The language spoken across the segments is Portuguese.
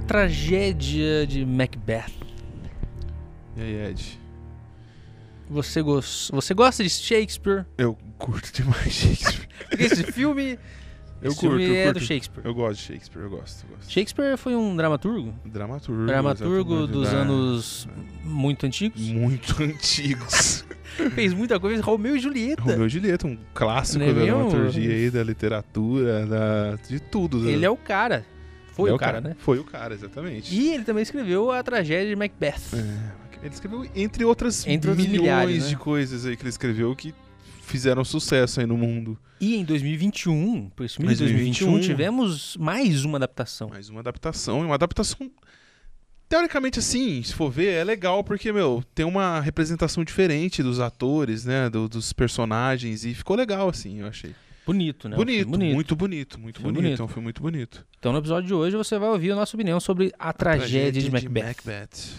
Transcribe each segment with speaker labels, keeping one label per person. Speaker 1: tragédia de Macbeth.
Speaker 2: E aí, Ed?
Speaker 1: Você, gos- você gosta de Shakespeare?
Speaker 2: Eu curto demais Shakespeare.
Speaker 1: Porque esse filme,
Speaker 2: Eu
Speaker 1: esse
Speaker 2: curto,
Speaker 1: filme
Speaker 2: eu
Speaker 1: é
Speaker 2: curto.
Speaker 1: do Shakespeare.
Speaker 2: Eu gosto de Shakespeare, eu gosto. eu gosto.
Speaker 1: Shakespeare foi um dramaturgo.
Speaker 2: Dramaturgo.
Speaker 1: Dramaturgo
Speaker 2: exatamente,
Speaker 1: dos
Speaker 2: da-
Speaker 1: anos muito antigos.
Speaker 2: Muito antigos.
Speaker 1: Fez muita coisa. Romeu e Julieta.
Speaker 2: Romeu e Julieta, um clássico
Speaker 1: Não é
Speaker 2: da
Speaker 1: mesmo?
Speaker 2: dramaturgia aí, da literatura, da... de tudo.
Speaker 1: Ele é o cara. Foi o cara, né?
Speaker 2: Foi é o cara, exatamente.
Speaker 1: E ele também escreveu a tragédia de Macbeth.
Speaker 2: É. Ele escreveu, entre outras
Speaker 1: Entre outros
Speaker 2: milhões
Speaker 1: milhares, né?
Speaker 2: de coisas aí que ele escreveu que fizeram sucesso aí no mundo.
Speaker 1: E em 2021, por esse filme de 2021,
Speaker 2: 2021,
Speaker 1: tivemos mais uma adaptação.
Speaker 2: Mais uma adaptação, e uma adaptação. Teoricamente, assim, se for ver, é legal porque, meu, tem uma representação diferente dos atores, né? do- dos personagens, e ficou legal, assim, eu achei.
Speaker 1: Bonito, né? Um filme
Speaker 2: bonito, muito bonito, muito
Speaker 1: Filme
Speaker 2: bonito.
Speaker 1: bonito.
Speaker 2: É um filme muito bonito.
Speaker 1: Então no episódio de hoje você vai ouvir a nossa opinião sobre a, tragédia, de Macbeth.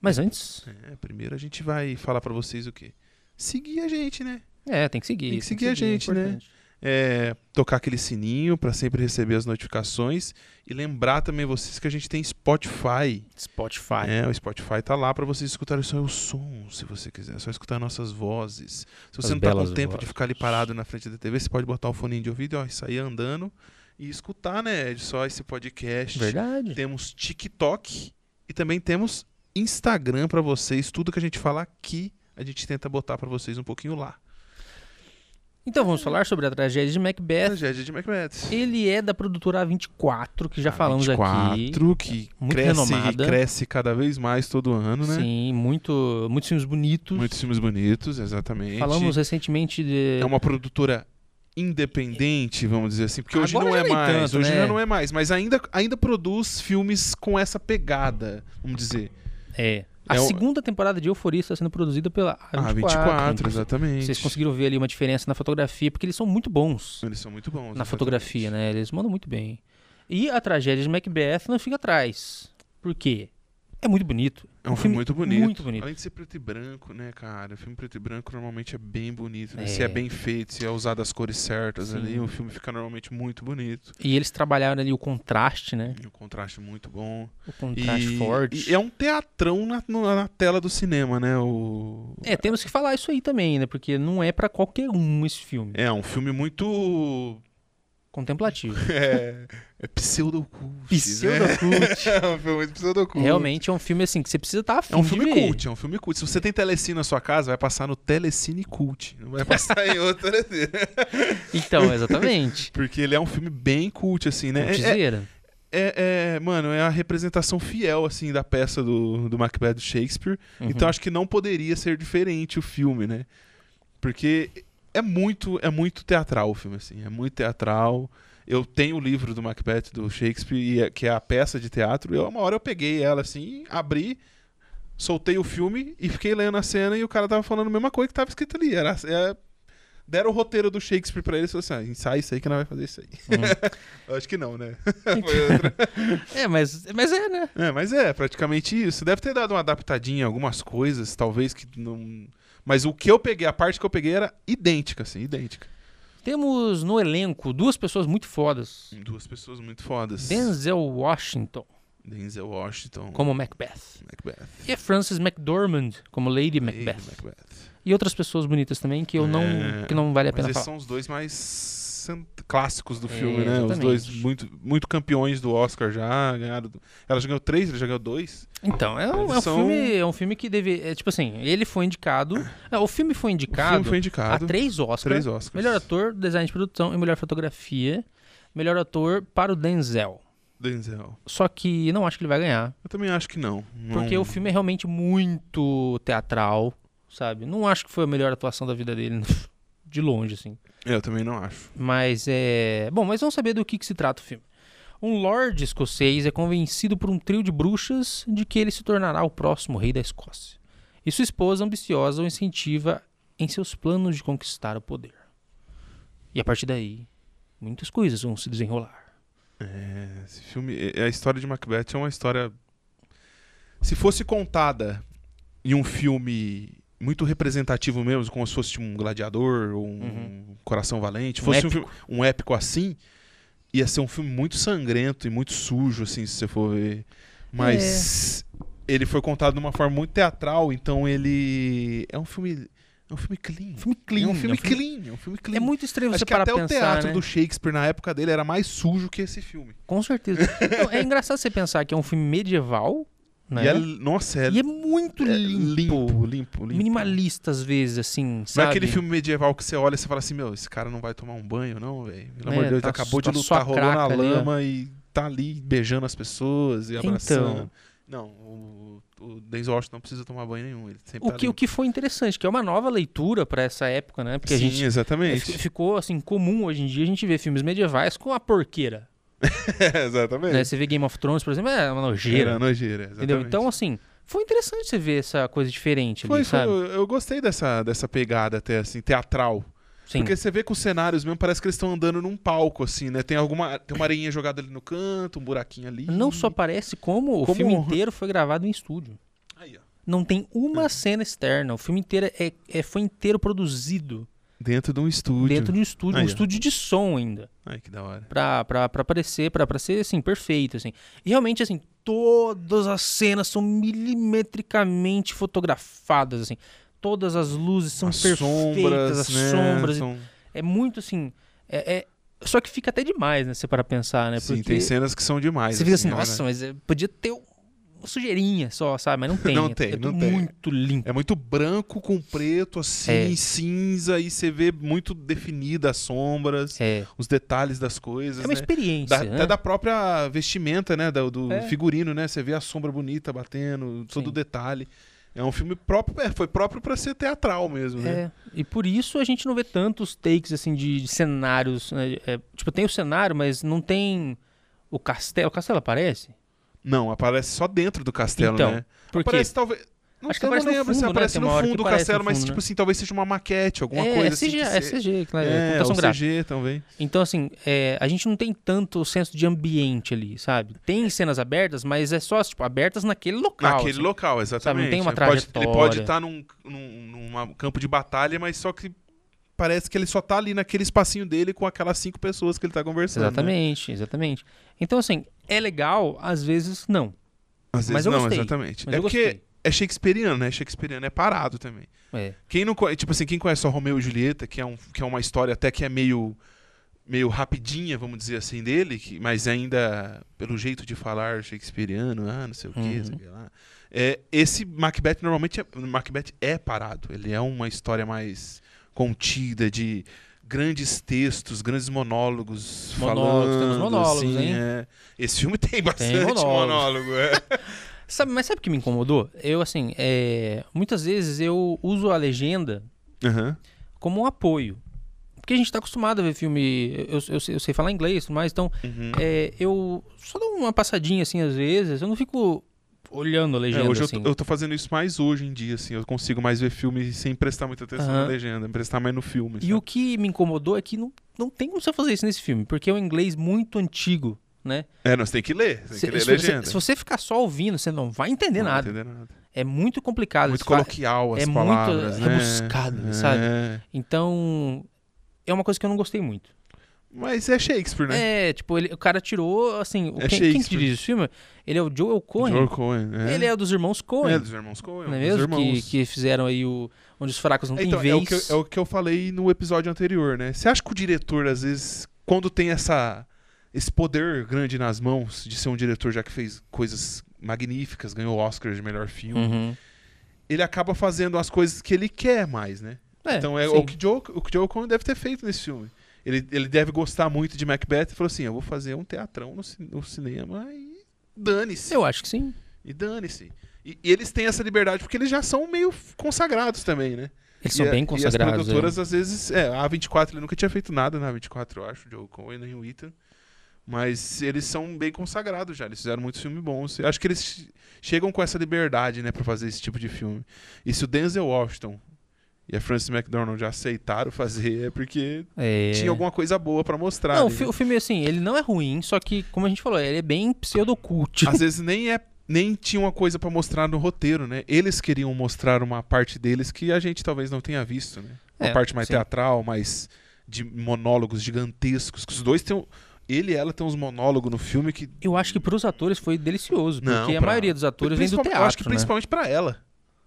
Speaker 1: Mas antes,
Speaker 2: É, primeiro a gente vai falar pra vocês o quê? Seguir a gente, né?
Speaker 1: é, tem que seguir.
Speaker 2: Tem que seguir a gente, né?
Speaker 1: importante.
Speaker 2: é, tocar aquele sininho pra sempre receber as notificações e lembrar também vocês que a gente tem Spotify.
Speaker 1: Spotify.
Speaker 2: É, o Spotify tá lá pra vocês escutarem só o som, se você quiser, É só escutar nossas vozes. Se você
Speaker 1: As
Speaker 2: não tá com
Speaker 1: belas
Speaker 2: tempo
Speaker 1: vozes.
Speaker 2: de ficar ali parado na frente da TV, você pode botar o fone de ouvido ó, e sair andando e escutar, né, Ed, só esse podcast.
Speaker 1: Verdade.
Speaker 2: Temos TikTok e também temos Instagram pra vocês, tudo que a gente fala aqui, a gente tenta botar pra vocês um pouquinho lá.
Speaker 1: Então vamos falar sobre a tragédia de Macbeth.
Speaker 2: Tragédia de Macbeth.
Speaker 1: Ele é da produtora A24, que já falamos aqui. É
Speaker 2: 24, que
Speaker 1: Muito
Speaker 2: cresce,
Speaker 1: renomada.
Speaker 2: cresce cada vez mais todo ano, né?
Speaker 1: Sim, muito, muitos filmes bonitos.
Speaker 2: Muitos filmes bonitos, exatamente.
Speaker 1: Falamos recentemente de.
Speaker 2: É uma produtora independente, vamos dizer assim, porque hoje
Speaker 1: Agora
Speaker 2: não
Speaker 1: já
Speaker 2: é
Speaker 1: nem
Speaker 2: mais,
Speaker 1: tanto,
Speaker 2: hoje
Speaker 1: né?
Speaker 2: já não é mais, mas ainda, ainda produz filmes com essa pegada, vamos dizer.
Speaker 1: É. A
Speaker 2: É o-
Speaker 1: segunda temporada de Euforia está sendo produzida pela
Speaker 2: Ah,
Speaker 1: A24.
Speaker 2: 24, exatamente.
Speaker 1: Vocês conseguiram ver ali uma diferença na fotografia, porque eles são muito bons
Speaker 2: Eles são muito bons.
Speaker 1: na
Speaker 2: exatamente.
Speaker 1: fotografia, né? Eles mandam muito bem. E a tragédia de Macbeth não fica atrás. Por quê? É muito bonito.
Speaker 2: É um, filme muito bonito.
Speaker 1: Muito bonito.
Speaker 2: Além de ser preto e branco, né, cara? O filme preto e branco normalmente é bem bonito. né?
Speaker 1: É.
Speaker 2: Se é bem feito, se é usado as cores certas
Speaker 1: Sim.
Speaker 2: ali, o filme fica normalmente muito bonito.
Speaker 1: E eles trabalharam ali o contraste, né?
Speaker 2: Um contraste muito bom.
Speaker 1: O contraste
Speaker 2: e,
Speaker 1: forte.
Speaker 2: e é um teatrão na, no- na tela do cinema, né? O...
Speaker 1: É, temos que falar isso aí também, né? Porque não é pra qualquer um esse filme.
Speaker 2: É um filme muito.
Speaker 1: Contemplativo.
Speaker 2: É, é pseudocult. Né?
Speaker 1: Pseudocult.
Speaker 2: É um filme muito pseudocult.
Speaker 1: Realmente é um filme assim que você precisa estar afim
Speaker 2: É um
Speaker 1: de
Speaker 2: filme
Speaker 1: ver.
Speaker 2: cult, é um filme cult. Se você tem telecine na sua casa, vai passar no Telecine Cult. Não vai passar em outra.
Speaker 1: Então, exatamente.
Speaker 2: Porque ele é um filme bem cult, assim,
Speaker 1: um
Speaker 2: né? É,
Speaker 1: Cultizeira.
Speaker 2: é- é- mano, é a representação fiel, assim, da peça do, do Macbeth do Shakespeare. Então acho que não poderia ser diferente o filme, né? Porque é muito, é muito teatral o filme, assim, é muito teatral. Eu tenho o livro do Macbeth do Shakespeare, e é- que é a peça de teatro, e eu- uma hora eu peguei ela assim, abri, soltei o filme e fiquei lendo a cena e o cara tava falando a mesma coisa que tava escrito ali. Era, é- deram o roteiro do Shakespeare pra ele e falou assim: ah, ensaia isso aí que nós vai fazer isso aí. Eu acho que não, né? Foi outra.
Speaker 1: É, mas, mas é, né?
Speaker 2: É, mas é, praticamente isso. Deve ter dado uma adaptadinha em algumas coisas, talvez que não. Mas o que eu peguei, a parte que eu peguei era idêntica, assim, idêntica.
Speaker 1: Temos no elenco duas pessoas muito fodas.
Speaker 2: Duas pessoas muito fodas.
Speaker 1: Denzel Washington
Speaker 2: Denzel Washington.
Speaker 1: como Macbeth
Speaker 2: Macbeth.
Speaker 1: e a Frances McDormand como Lady Macbeth.
Speaker 2: Lady Macbeth.
Speaker 1: E outras pessoas bonitas também que eu não
Speaker 2: É,
Speaker 1: que não vale a
Speaker 2: Mas
Speaker 1: pena
Speaker 2: esses
Speaker 1: falar.
Speaker 2: são os dois mais cent- clássicos do
Speaker 1: É,
Speaker 2: filme, né? Os
Speaker 1: exatamente.
Speaker 2: dois muito, muito campeões do Oscar já. Ganharam. do- Ela já ganhou três, ele já ganhou dois.
Speaker 1: Então, é um, é um
Speaker 2: Eles são-
Speaker 1: filme, é um filme que deve, é tipo assim, ele foi indicado, é, o filme foi
Speaker 2: O
Speaker 1: indicado,
Speaker 2: filme foi indicado.
Speaker 1: a três Oscars.
Speaker 2: Três Oscars.
Speaker 1: Melhor ator, design de produção e melhor fotografia. Melhor ator para o Denzel.
Speaker 2: Denzel.
Speaker 1: Só que não acho que ele vai ganhar,
Speaker 2: Eu também acho que não. não...
Speaker 1: porque o filme é realmente muito teatral, sabe? Não acho que foi a melhor atuação da vida dele, de longe assim.
Speaker 2: É, Eu também não acho.
Speaker 1: Mas é. Bom, mas vamos saber do que, que se trata o filme. Um lord escocês é convencido por um trio de bruxas de que ele se tornará o próximo rei da Escócia. E sua esposa, ambiciosa, o incentiva em seus planos de conquistar o poder. E a partir daí, muitas coisas vão se desenrolar.
Speaker 2: É, esse filme, é- a história de Macbeth é uma história se fosse contada em um filme muito representativo mesmo, como se fosse um gladiador ou um
Speaker 1: Uhum.
Speaker 2: coração valente,
Speaker 1: Um
Speaker 2: fosse um, filme- um épico assim, ia ser um filme muito sangrento e muito sujo, assim, se você for ver. Mas
Speaker 1: É.
Speaker 2: ele foi contado de uma forma muito teatral, então ele é um filme é um filme clean.
Speaker 1: Filme clean,
Speaker 2: É um filme
Speaker 1: é um filme-
Speaker 2: clean, é um filme clean.
Speaker 1: É muito estranho você
Speaker 2: Acho que
Speaker 1: parar
Speaker 2: até
Speaker 1: pra
Speaker 2: o
Speaker 1: pensar,
Speaker 2: teatro
Speaker 1: né?
Speaker 2: do Shakespeare na época dele era mais sujo que esse filme.
Speaker 1: Com certeza. Não, é engraçado você pensar que é um filme medieval, né?
Speaker 2: E é, nossa, é,
Speaker 1: E é muito
Speaker 2: é
Speaker 1: limpo,
Speaker 2: limpo, limpo, limpo.
Speaker 1: Minimalista às vezes, assim,
Speaker 2: Não
Speaker 1: sabe?
Speaker 2: é aquele filme medieval que você olha e você fala assim, meu, esse cara não vai tomar um banho, não, velho. Pelo amor
Speaker 1: É,
Speaker 2: de Deus,
Speaker 1: tá
Speaker 2: ele acabou
Speaker 1: só-
Speaker 2: de
Speaker 1: tá só a
Speaker 2: lutar, rolou na
Speaker 1: craca ali, ó.
Speaker 2: lama e tá ali beijando as pessoas e
Speaker 1: Então.
Speaker 2: abraçando. Não, o, o Denzel Washington não precisa tomar banho nenhum. Ele sempre
Speaker 1: O
Speaker 2: tá
Speaker 1: que, o
Speaker 2: limpo.
Speaker 1: que foi interessante, que é uma nova leitura pra essa época, né? Porque a
Speaker 2: Sim,
Speaker 1: gente é, fi-
Speaker 2: exatamente.
Speaker 1: ficou assim comum hoje em dia a gente vê filmes medievais com a porqueira.
Speaker 2: É, exatamente.
Speaker 1: né? Você vê Game of Thrones, por exemplo, é uma
Speaker 2: Era
Speaker 1: nojeira.
Speaker 2: nojeira,
Speaker 1: entendeu?
Speaker 2: exatamente.
Speaker 1: Então, assim, foi interessante você ver essa coisa diferente
Speaker 2: Foi,
Speaker 1: ali,
Speaker 2: foi,
Speaker 1: sabe?
Speaker 2: eu, eu gostei dessa, dessa pegada até, assim, teatral.
Speaker 1: Sim.
Speaker 2: Porque você vê que os cenários mesmo parece que eles estão andando num palco, assim, né? Tem alguma. Tem uma areinha jogada ali no canto, um buraquinho ali.
Speaker 1: Não só parece como, o
Speaker 2: Como-
Speaker 1: filme inteiro foi gravado em estúdio.
Speaker 2: Aí, ó.
Speaker 1: Não tem
Speaker 2: É.
Speaker 1: uma cena externa. O filme inteiro é, é- foi inteiro produzido
Speaker 2: Dentro de um estúdio.
Speaker 1: dentro de um estúdio,
Speaker 2: Aí,
Speaker 1: um
Speaker 2: ó.
Speaker 1: estúdio de som ainda.
Speaker 2: Ai, que da hora.
Speaker 1: Pra, pra, pra parecer, pra, pra ser assim, perfeito. Assim. E realmente, assim, todas as cenas são milimetricamente fotografadas, assim. Todas as luzes são
Speaker 2: As
Speaker 1: perfeitas, as
Speaker 2: né?
Speaker 1: sombras.
Speaker 2: São-
Speaker 1: É muito assim. É, é- Só que fica até demais, né? Se parar pra pensar, né?
Speaker 2: Sim,
Speaker 1: Porque
Speaker 2: tem cenas que são demais.
Speaker 1: você fica assim,
Speaker 2: é
Speaker 1: nossa,
Speaker 2: verdade.
Speaker 1: mas é, podia ter um- uma sujeirinha só, sabe? Mas não tem.
Speaker 2: Não
Speaker 1: é,
Speaker 2: tem,
Speaker 1: é tudo
Speaker 2: não tem.
Speaker 1: muito limpo.
Speaker 2: É muito branco com preto, assim,
Speaker 1: É.
Speaker 2: cinza, e você vê muito definidas as sombras,
Speaker 1: É.
Speaker 2: os detalhes das coisas.
Speaker 1: É uma
Speaker 2: né?
Speaker 1: experiência.
Speaker 2: Da-
Speaker 1: né?
Speaker 2: Até da própria vestimenta, né? Do, do
Speaker 1: É.
Speaker 2: figurino, né? Você vê a sombra bonita batendo, todo
Speaker 1: Sim.
Speaker 2: o detalhe. É um filme próprio, é, foi próprio pra ser teatral mesmo, né?
Speaker 1: É, e por isso a gente não vê tantos takes assim de, de cenários. né? É, tipo, tem o cenário, mas não tem o castelo. O castelo aparece?
Speaker 2: Não, aparece só dentro do castelo,
Speaker 1: Então,
Speaker 2: né?
Speaker 1: Por quê?
Speaker 2: Aparece talvez. Não,
Speaker 1: Acho que
Speaker 2: eu
Speaker 1: aparece
Speaker 2: não
Speaker 1: no
Speaker 2: lembro se
Speaker 1: fundo, né?
Speaker 2: aparece
Speaker 1: Tem
Speaker 2: no
Speaker 1: uma hora que
Speaker 2: fundo do
Speaker 1: aparece
Speaker 2: castelo,
Speaker 1: no
Speaker 2: mas
Speaker 1: fundo, né?
Speaker 2: tipo assim, talvez seja uma maquete, alguma
Speaker 1: é,
Speaker 2: coisa
Speaker 1: é CG,
Speaker 2: assim. que
Speaker 1: é
Speaker 2: se-
Speaker 1: CG, claro, é
Speaker 2: É,
Speaker 1: computação
Speaker 2: o
Speaker 1: gráfica.
Speaker 2: CG também.
Speaker 1: Então, assim, é, a gente não tem tanto senso de ambiente ali, sabe? Tem cenas abertas, mas é só, tipo, abertas naquele local.
Speaker 2: Naquele
Speaker 1: assim.
Speaker 2: local, né? exatamente.
Speaker 1: Sabe, não tem uma
Speaker 2: Ele pode- Ele pode
Speaker 1: trajetória.
Speaker 2: estar num, num numa campo de batalha, mas só que parece que ele só tá ali naquele espacinho dele com aquelas cinco pessoas que ele tá conversando. né?
Speaker 1: Exatamente, exatamente. Então, assim, é legal, às vezes não.
Speaker 2: Às vezes
Speaker 1: Mas eu
Speaker 2: não,
Speaker 1: gostei.
Speaker 2: exatamente.
Speaker 1: Mas
Speaker 2: é
Speaker 1: eu
Speaker 2: porque
Speaker 1: gostei.
Speaker 2: é shakespeariano, né? Shakespeariano é parado também.
Speaker 1: É.
Speaker 2: Quem não conhece, tipo assim, quem conhece só Romeu e Julieta, que é, um, que é uma história até que é meio meio rapidinha, vamos dizer assim, dele, que- mas ainda pelo jeito de falar shakespeariano, ah, não sei o quê,
Speaker 1: Uhum.
Speaker 2: sei lá. É, esse Macbeth normalmente é, Macbeth é parado, ele é uma história mais contida de grandes textos, grandes monólogos,
Speaker 1: Monólogos,
Speaker 2: falando,
Speaker 1: temos monólogos,
Speaker 2: assim,
Speaker 1: hein?
Speaker 2: é. Esse filme tem bastante
Speaker 1: monólogos.
Speaker 2: monólogo, é.
Speaker 1: Sabe, mas sabe o que me incomodou? Eu, assim, é, muitas vezes eu uso a legenda
Speaker 2: Aham.
Speaker 1: como um apoio. Porque a gente tá acostumado a ver filme. Eu, eu- eu sei- eu sei falar inglês e tudo mais, então
Speaker 2: Uhum.
Speaker 1: é, eu só dou uma passadinha assim às vezes. Eu não fico olhando a
Speaker 2: É,
Speaker 1: legenda
Speaker 2: hoje eu
Speaker 1: assim.
Speaker 2: tô- eu, tô fazendo isso mais hoje em dia, assim. Eu consigo mais ver filme sem prestar muita atenção na
Speaker 1: Aham.
Speaker 2: legenda, me prestar mais no filme.
Speaker 1: E o que me incomodou é que não, não tem como você fazer isso nesse filme, porque é um inglês muito antigo, né?
Speaker 2: É, não, você tem que ler. Você tem
Speaker 1: Se,
Speaker 2: que ler
Speaker 1: se
Speaker 2: a
Speaker 1: você-
Speaker 2: legenda.
Speaker 1: se você ficar só ouvindo, você não vai entender
Speaker 2: Não vai
Speaker 1: nada.
Speaker 2: entender nada.
Speaker 1: É muito complicado.
Speaker 2: Muito
Speaker 1: Eles fa-
Speaker 2: coloquial as
Speaker 1: é muito
Speaker 2: palavras, né?
Speaker 1: rebuscado, sabe?
Speaker 2: É.
Speaker 1: Então, é uma coisa que eu não gostei muito.
Speaker 2: Mas é Shakespeare, né?
Speaker 1: É, tipo, ele, o cara tirou, assim, o quem, quem
Speaker 2: É
Speaker 1: que
Speaker 2: Shakespeare.
Speaker 1: dirige o filme? Ele é o Joel Cohen.
Speaker 2: Joel Cohen, é.
Speaker 1: Ele é dos irmãos Cohen,
Speaker 2: É, dos irmãos Cohen.
Speaker 1: não é
Speaker 2: dos
Speaker 1: mesmo? Que,
Speaker 2: irmãos.
Speaker 1: que fizeram aí o Onde os Fracos Não Têm
Speaker 2: Então,
Speaker 1: Vez.
Speaker 2: é o, que eu, é o que eu falei no episódio anterior, né? Você acha que o diretor, às vezes, quando tem essa, esse poder grande nas mãos de ser um diretor já que fez coisas magníficas, ganhou Oscar de melhor filme,
Speaker 1: Uhum.
Speaker 2: ele acaba fazendo as coisas que ele quer mais, né?
Speaker 1: É,
Speaker 2: então é
Speaker 1: sim.
Speaker 2: o que Joe, o que Joe Cohen deve ter feito nesse filme. Ele, ele deve gostar muito de Macbeth e falou assim: eu vou fazer um teatrão no, ci- no cinema e dane-se.
Speaker 1: Eu acho que sim.
Speaker 2: E dane-se. E, e eles têm essa liberdade porque eles já são meio consagrados também, né?
Speaker 1: Eles
Speaker 2: E
Speaker 1: são
Speaker 2: a-
Speaker 1: bem
Speaker 2: E as
Speaker 1: consagrados. é.
Speaker 2: produtoras, às vezes, é, a A24 ele nunca tinha feito nada na A24, eu acho, o Joe Cohen nem o Ethan. Mas eles são bem consagrados já, eles fizeram muitos filmes bons. Eu acho que eles che- chegam com essa liberdade, né, pra fazer esse tipo de filme. E se o Denzel Washington e a Frances McDormand já aceitaram fazer, é porque
Speaker 1: É.
Speaker 2: tinha alguma coisa boa pra mostrar.
Speaker 1: Não, o,
Speaker 2: né?
Speaker 1: fi- o filme, assim, ele não é ruim, só que, como a gente falou, ele é bem pseudocult.
Speaker 2: Às vezes nem é nem tinha uma coisa pra mostrar no roteiro, né? Eles queriam mostrar uma parte deles que a gente talvez não tenha visto, né? Uma
Speaker 1: É,
Speaker 2: parte mais
Speaker 1: sim.
Speaker 2: teatral, mais de monólogos gigantescos. Que os dois têm um- Ele e ela tem uns monólogos no filme que.
Speaker 1: Eu acho que pros atores foi delicioso,
Speaker 2: Não,
Speaker 1: porque a
Speaker 2: pra-
Speaker 1: maioria dos atores vem do
Speaker 2: Principalmente-
Speaker 1: teatro,
Speaker 2: eu acho que
Speaker 1: né?
Speaker 2: principalmente pra ela.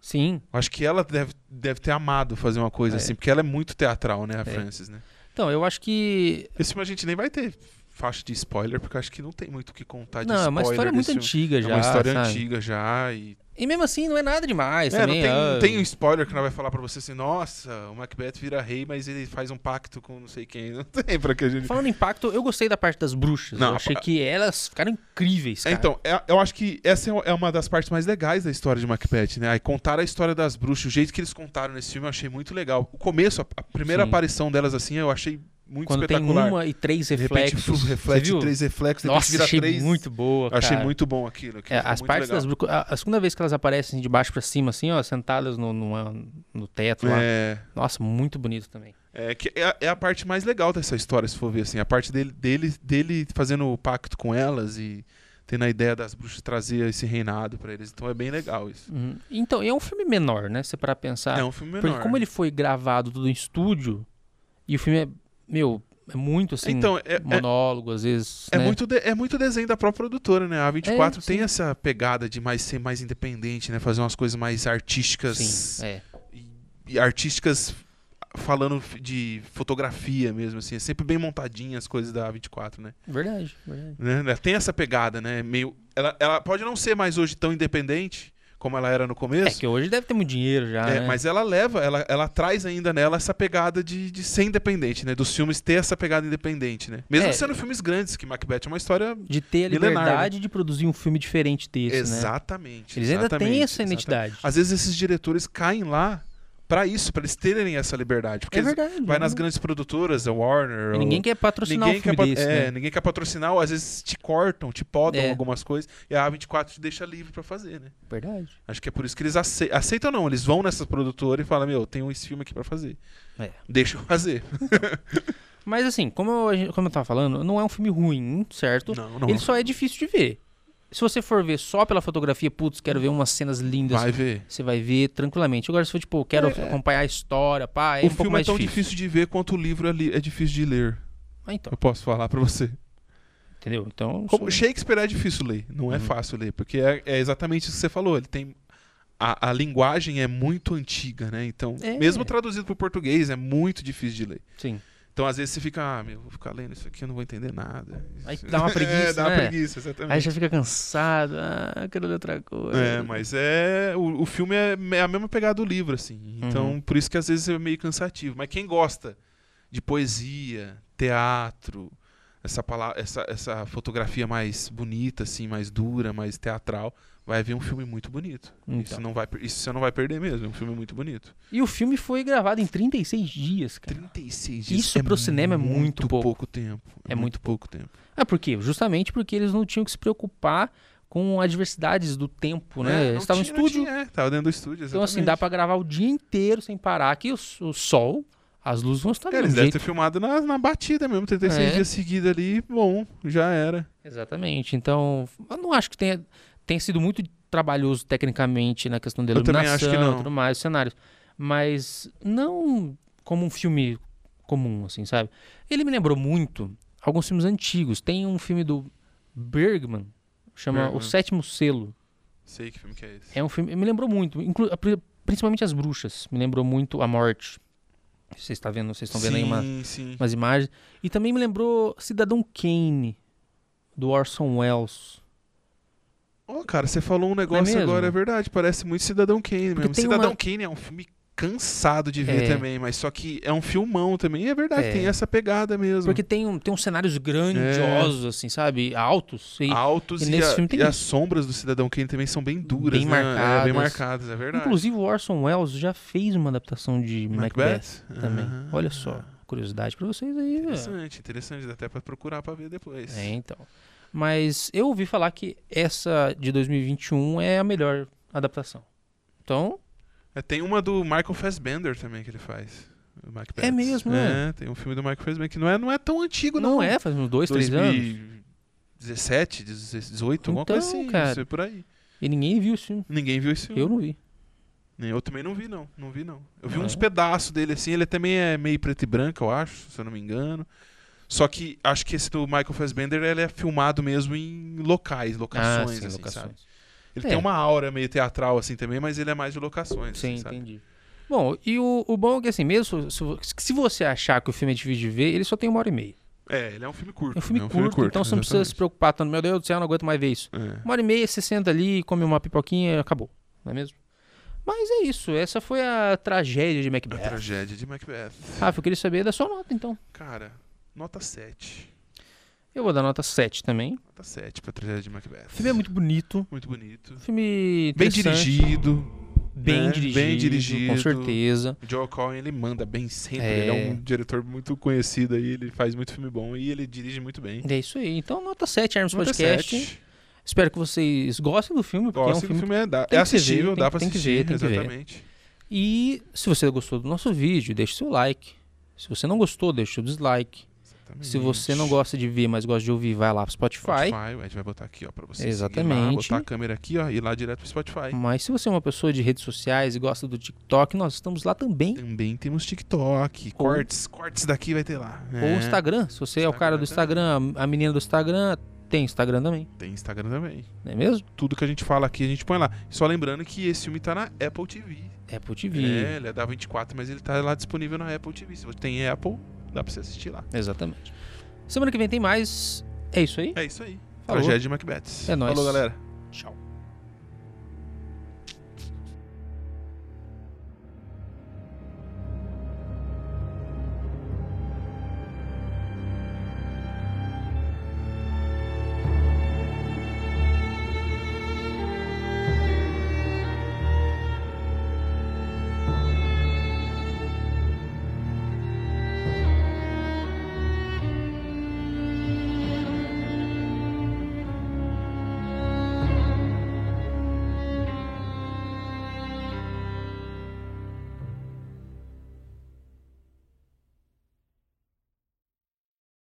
Speaker 1: Sim.
Speaker 2: Eu acho que ela deve, deve ter amado fazer uma coisa
Speaker 1: É.
Speaker 2: assim, porque ela é muito teatral, né, a Frances, né?
Speaker 1: Então, eu acho que...
Speaker 2: Esse filme a gente nem vai ter faixa de spoiler, porque eu acho que não tem muito o que contar de
Speaker 1: Não, é
Speaker 2: spoiler.
Speaker 1: uma história muito
Speaker 2: desse filme.
Speaker 1: antiga já,
Speaker 2: É uma história
Speaker 1: sabe?
Speaker 2: antiga já e
Speaker 1: E mesmo assim, não é nada demais
Speaker 2: É,
Speaker 1: também.
Speaker 2: não tem,
Speaker 1: ah,
Speaker 2: não tem um spoiler que não vai falar pra você assim, nossa, o Macbeth vira rei, mas ele faz um pacto com não sei quem. Não tem pra que a gente.
Speaker 1: Falando em impacto, eu gostei da parte das bruxas.
Speaker 2: Não,
Speaker 1: eu achei
Speaker 2: a-
Speaker 1: que elas ficaram incríveis, cara.
Speaker 2: Então, é- eu acho que essa é é uma das partes mais legais da história de Macbeth, né? Aí contar a história das bruxas, o jeito que eles contaram nesse filme, eu achei muito legal. O começo, a, a primeira
Speaker 1: Sim.
Speaker 2: aparição delas assim, eu achei muito
Speaker 1: Quando tem
Speaker 2: espetacular.
Speaker 1: uma e três
Speaker 2: de repente,
Speaker 1: reflexos.
Speaker 2: fuf,
Speaker 1: você
Speaker 2: reflete
Speaker 1: viu?
Speaker 2: três reflexos, de repente
Speaker 1: Nossa,
Speaker 2: vira
Speaker 1: achei
Speaker 2: três.
Speaker 1: muito boa,
Speaker 2: eu
Speaker 1: cara.
Speaker 2: achei muito bom aquilo. aquilo
Speaker 1: É,
Speaker 2: ficou
Speaker 1: as
Speaker 2: muito
Speaker 1: partes
Speaker 2: legal.
Speaker 1: das bruxas... A, a segunda vez que elas aparecem de baixo pra cima, assim, ó, sentadas no, numa- no teto lá.
Speaker 2: É.
Speaker 1: Nossa, muito bonito também.
Speaker 2: É, que é, a- é a parte mais legal dessa história, se for ver assim. A parte dele, dele, dele fazendo o pacto com elas e tendo a ideia das bruxas trazer esse reinado pra eles. Então é bem legal isso.
Speaker 1: Uhum. Então, e é um filme menor, né? Se para pensar.
Speaker 2: É um filme menor.
Speaker 1: Porque como ele foi gravado tudo em estúdio, e o filme é, meu, é muito assim,
Speaker 2: então, é, é-
Speaker 1: monólogo, às vezes.
Speaker 2: é
Speaker 1: né?
Speaker 2: muito de- é muito desenho da própria produtora, né? A A24
Speaker 1: É,
Speaker 2: tem
Speaker 1: sim.
Speaker 2: essa pegada de mais ser mais independente, né? Fazer umas coisas mais artísticas
Speaker 1: Sim, é.
Speaker 2: e, e artísticas falando f- de fotografia mesmo, assim. É sempre bem montadinha as coisas da A24, né?
Speaker 1: Verdade, verdade.
Speaker 2: né? Ela Tem essa pegada, né? Meio, ela, ela pode não ser mais hoje tão independente como ela era no
Speaker 1: É
Speaker 2: começo.
Speaker 1: que hoje deve ter muito dinheiro já,
Speaker 2: é,
Speaker 1: né?
Speaker 2: Mas ela leva, ela, ela traz ainda nela essa pegada de, de ser independente, né? Dos filmes ter essa pegada independente, né? Mesmo
Speaker 1: É.
Speaker 2: sendo filmes grandes, que Macbeth é uma história.
Speaker 1: De ter a
Speaker 2: milenar, né?
Speaker 1: liberdade de produzir um filme diferente desse, né?
Speaker 2: exatamente.
Speaker 1: Eles ainda
Speaker 2: exatamente,
Speaker 1: têm essa
Speaker 2: exatamente.
Speaker 1: identidade.
Speaker 2: Às vezes esses diretores caem lá pra isso, pra eles terem essa liberdade. Porque
Speaker 1: É
Speaker 2: eles-
Speaker 1: verdade.
Speaker 2: vai nas
Speaker 1: né?
Speaker 2: grandes produtoras, a Warner.
Speaker 1: E Ninguém quer patrocinar um filme
Speaker 2: quer, pa-
Speaker 1: desse,
Speaker 2: é,
Speaker 1: né?
Speaker 2: ninguém quer patrocinar, ou às vezes te cortam, te podam
Speaker 1: É.
Speaker 2: algumas coisas, e a A24 te deixa livre pra fazer, né?
Speaker 1: Verdade.
Speaker 2: Acho que é por isso que eles ace- aceitam, ou não, eles vão nessas produtoras e falam, meu, tem esse filme aqui pra fazer.
Speaker 1: É.
Speaker 2: Deixa eu fazer.
Speaker 1: Mas assim, como eu, como eu tava falando, não é um filme ruim, certo?
Speaker 2: Não, não.
Speaker 1: Ele só é difícil de ver. Se você for ver só pela fotografia, putz, quero ver umas cenas lindas.
Speaker 2: Vai ver.
Speaker 1: Você vai ver tranquilamente. Agora, se for tipo, quero
Speaker 2: É, é.
Speaker 1: acompanhar a história, pá, é
Speaker 2: o
Speaker 1: um pouco
Speaker 2: filme é
Speaker 1: mais
Speaker 2: tão
Speaker 1: difícil.
Speaker 2: difícil de ver quanto o livro é, li- é difícil de ler.
Speaker 1: Ah, então,
Speaker 2: Eu posso falar pra você.
Speaker 1: entendeu? Então.
Speaker 2: Como
Speaker 1: sou-
Speaker 2: Shakespeare é difícil ler, não é
Speaker 1: Uhum.
Speaker 2: fácil ler, porque é, é exatamente isso que você falou. Ele tem a, a linguagem é muito antiga, né? Então,
Speaker 1: É.
Speaker 2: mesmo traduzido para português, é muito difícil de ler.
Speaker 1: Sim.
Speaker 2: Então, às vezes, você fica, ah, meu, vou ficar lendo isso aqui, eu não vou entender nada.
Speaker 1: Aí
Speaker 2: Isso-
Speaker 1: dá uma
Speaker 2: é,
Speaker 1: preguiça,
Speaker 2: dá uma
Speaker 1: né?
Speaker 2: preguiça,
Speaker 1: Aí
Speaker 2: exatamente.
Speaker 1: já fica cansado, ah, quero ler outra coisa.
Speaker 2: É, mas é. O, o filme é me- a mesma pegada do livro, assim. Então,
Speaker 1: Uhum.
Speaker 2: por isso que às vezes é meio cansativo. Mas quem gosta de poesia, teatro, essa, palavra, essa, essa fotografia mais bonita, assim, mais dura, mais teatral, vai ver um filme muito bonito. Isso,
Speaker 1: Então.
Speaker 2: não vai, per- isso você não vai perder mesmo. É um filme muito bonito.
Speaker 1: E o filme foi gravado em 36 dias, cara.
Speaker 2: 36
Speaker 1: dias Isso é pro cinema é muito pouco.
Speaker 2: tempo.
Speaker 1: É muito
Speaker 2: pouco tempo.
Speaker 1: Ah, por quê? Justamente porque eles não tinham que se preocupar com adversidades do tempo, né?
Speaker 2: É, não
Speaker 1: eles estavam no
Speaker 2: tinha- não
Speaker 1: estúdio.
Speaker 2: tinha, é, tava dentro do estúdio,
Speaker 1: então, assim, dá
Speaker 2: exatamente.
Speaker 1: pra gravar o dia inteiro sem parar. Aqui o, s- o sol, as luzes vão estar
Speaker 2: É,
Speaker 1: dando
Speaker 2: eles
Speaker 1: um
Speaker 2: devem
Speaker 1: jeito.
Speaker 2: ter filmado na, na batida mesmo, 36
Speaker 1: É.
Speaker 2: dias seguidos ali, bom, já era.
Speaker 1: Exatamente. Então, eu não acho que tenha, tenha sido muito trabalhoso tecnicamente na questão da
Speaker 2: Eu também
Speaker 1: iluminação
Speaker 2: acho que não.
Speaker 1: e tudo mais, os cenários. Mas não como um filme comum, assim, sabe? Ele me lembrou muito alguns filmes antigos. Tem um filme do Bergman, chama O
Speaker 2: Bergman.
Speaker 1: Sétimo Selo.
Speaker 2: Sei que filme que é esse.
Speaker 1: É um filme. Me lembrou muito. inclu- a pri- principalmente as bruxas. Me lembrou muito a morte. Vocês estão vendo, vocês estão vendo aí uma-
Speaker 2: Sim, sim.
Speaker 1: umas imagens. E também me lembrou Cidadão Kane, do Orson Welles.
Speaker 2: Ô, cara, você falou um negócio
Speaker 1: mesmo?
Speaker 2: agora, é verdade, parece muito Cidadão Kane mesmo.
Speaker 1: tem
Speaker 2: Cidadão
Speaker 1: uma-
Speaker 2: Kane é um filme cansado de ver
Speaker 1: É.
Speaker 2: também, mas só que é um filmão também, e é verdade,
Speaker 1: É.
Speaker 2: tem essa pegada mesmo. É.
Speaker 1: Porque tem, um, tem uns cenários grandiosos, assim, sabe? Altos. E,
Speaker 2: Altos
Speaker 1: e
Speaker 2: e,
Speaker 1: nesse
Speaker 2: a-
Speaker 1: filme tem
Speaker 2: e as
Speaker 1: isso.
Speaker 2: sombras do Cidadão Kane também são bem duras,
Speaker 1: Bem
Speaker 2: né? É,
Speaker 1: marcadas.
Speaker 2: bem marcadas, é verdade.
Speaker 1: inclusive, o Orson Welles já fez uma adaptação de Macbeth, também.
Speaker 2: Ah,
Speaker 1: Olha só. Curiosidade pra vocês aí. ó.
Speaker 2: Interessante, interessante, dá até pra procurar pra ver depois.
Speaker 1: É, então. Mas eu ouvi falar que essa de 2021 é a melhor adaptação. Então,
Speaker 2: É, tem uma do Michael Fassbender também que ele faz. o Macbeth.
Speaker 1: É mesmo, né?
Speaker 2: É, tem um filme do Michael Fassbender que não é, não é tão antigo, não.
Speaker 1: não é, faz uns dois, três anos.
Speaker 2: 2017, 18, alguma
Speaker 1: Então,
Speaker 2: coisa assim,
Speaker 1: cara.
Speaker 2: isso é por aí.
Speaker 1: E ninguém viu esse filme.
Speaker 2: Ninguém viu esse filme.
Speaker 1: Eu não vi.
Speaker 2: Nem- Eu também não vi, não. Não vi, não. Eu vi
Speaker 1: Não
Speaker 2: uns
Speaker 1: é?
Speaker 2: pedaços dele, assim. Ele também é meio preto e branco, eu acho, se eu não me engano. Só que acho que esse do Michael Fassbender ele é filmado mesmo em locais,
Speaker 1: Ah,
Speaker 2: locações, assim, sabe? Ele
Speaker 1: É.
Speaker 2: tem uma aura meio teatral, assim, também, mas ele é mais de locações, assim,
Speaker 1: Sim,
Speaker 2: sabe?
Speaker 1: entendi. Bom, e o, o bom é que assim, mesmo se, se- se você achar que o filme é difícil de ver, ele só tem uma hora e meia.
Speaker 2: É, ele é um filme curto.
Speaker 1: É um filme,
Speaker 2: né?
Speaker 1: curto, então você não precisa se preocupar tanto. Meu Deus do céu, eu não aguento mais ver isso.
Speaker 2: exatamente. É.
Speaker 1: Uma hora e meia, você senta ali, come uma pipoquinha e acabou. Não é mesmo? Mas é isso. Essa foi a tragédia de
Speaker 2: A
Speaker 1: Macbeth.
Speaker 2: tragédia de Macbeth.
Speaker 1: Rafa, eu queria saber da sua nota, então.
Speaker 2: Cara, nota 7.
Speaker 1: Eu vou dar nota 7 também.
Speaker 2: Nota 7 pra tragédia de Macbeth.
Speaker 1: O filme é muito bonito.
Speaker 2: Muito bonito.
Speaker 1: Filme
Speaker 2: Bem
Speaker 1: interessante,
Speaker 2: dirigido.
Speaker 1: Bem
Speaker 2: né?
Speaker 1: dirigido.
Speaker 2: Bem
Speaker 1: Com
Speaker 2: dirigido.
Speaker 1: certeza.
Speaker 2: O Joel Cohen, ele manda bem sempre.
Speaker 1: É.
Speaker 2: Ele é um diretor muito conhecido aí, ele faz muito filme bom e ele dirige muito bem.
Speaker 1: É isso aí. Então, nota 7, Arms
Speaker 2: Nota
Speaker 1: Podcast.
Speaker 2: 7.
Speaker 1: Espero que vocês gostem do filme, porque
Speaker 2: Gosto,
Speaker 1: é um filme
Speaker 2: é, dá-
Speaker 1: tem
Speaker 2: é
Speaker 1: que se ver,
Speaker 2: assistível,
Speaker 1: tem-
Speaker 2: dá pra
Speaker 1: tem que
Speaker 2: assistir,
Speaker 1: ver, tem que ver.
Speaker 2: exatamente.
Speaker 1: E se você gostou do nosso vídeo, deixe seu like. Se você não gostou, deixe o dislike. Se você não
Speaker 2: Exatamente.
Speaker 1: gosta de ver, mas gosta de ouvir, vai lá pro Spotify.
Speaker 2: Spotify, a gente vai botar aqui, ó, pra você.
Speaker 1: Exatamente.
Speaker 2: seguir Lá, botar a câmera aqui, ó, e ir lá direto pro Spotify.
Speaker 1: Mas se você é uma pessoa de redes sociais e gosta do TikTok, nós estamos lá também.
Speaker 2: Também temos TikTok,
Speaker 1: Ou-
Speaker 2: cortes, cortes daqui vai ter lá.
Speaker 1: Ou
Speaker 2: É,
Speaker 1: o Instagram. Se você é o cara do
Speaker 2: Instagram
Speaker 1: Instagram, a menina do Instagram, tem Instagram também.
Speaker 2: Tem Instagram também.
Speaker 1: Não é mesmo?
Speaker 2: Tudo que a gente fala aqui, a gente põe lá. Só lembrando que esse filme tá na Apple TV.
Speaker 1: Apple
Speaker 2: É,
Speaker 1: TV.
Speaker 2: ele é da 24, mas ele tá lá disponível na Apple TV. Se você tem Apple, dá pra você assistir lá.
Speaker 1: Exatamente. Semana que vem tem mais. É isso aí.
Speaker 2: É isso aí.
Speaker 1: Falou.
Speaker 2: Tragédia de Macbeth.
Speaker 1: É nóis.
Speaker 2: Falou, galera.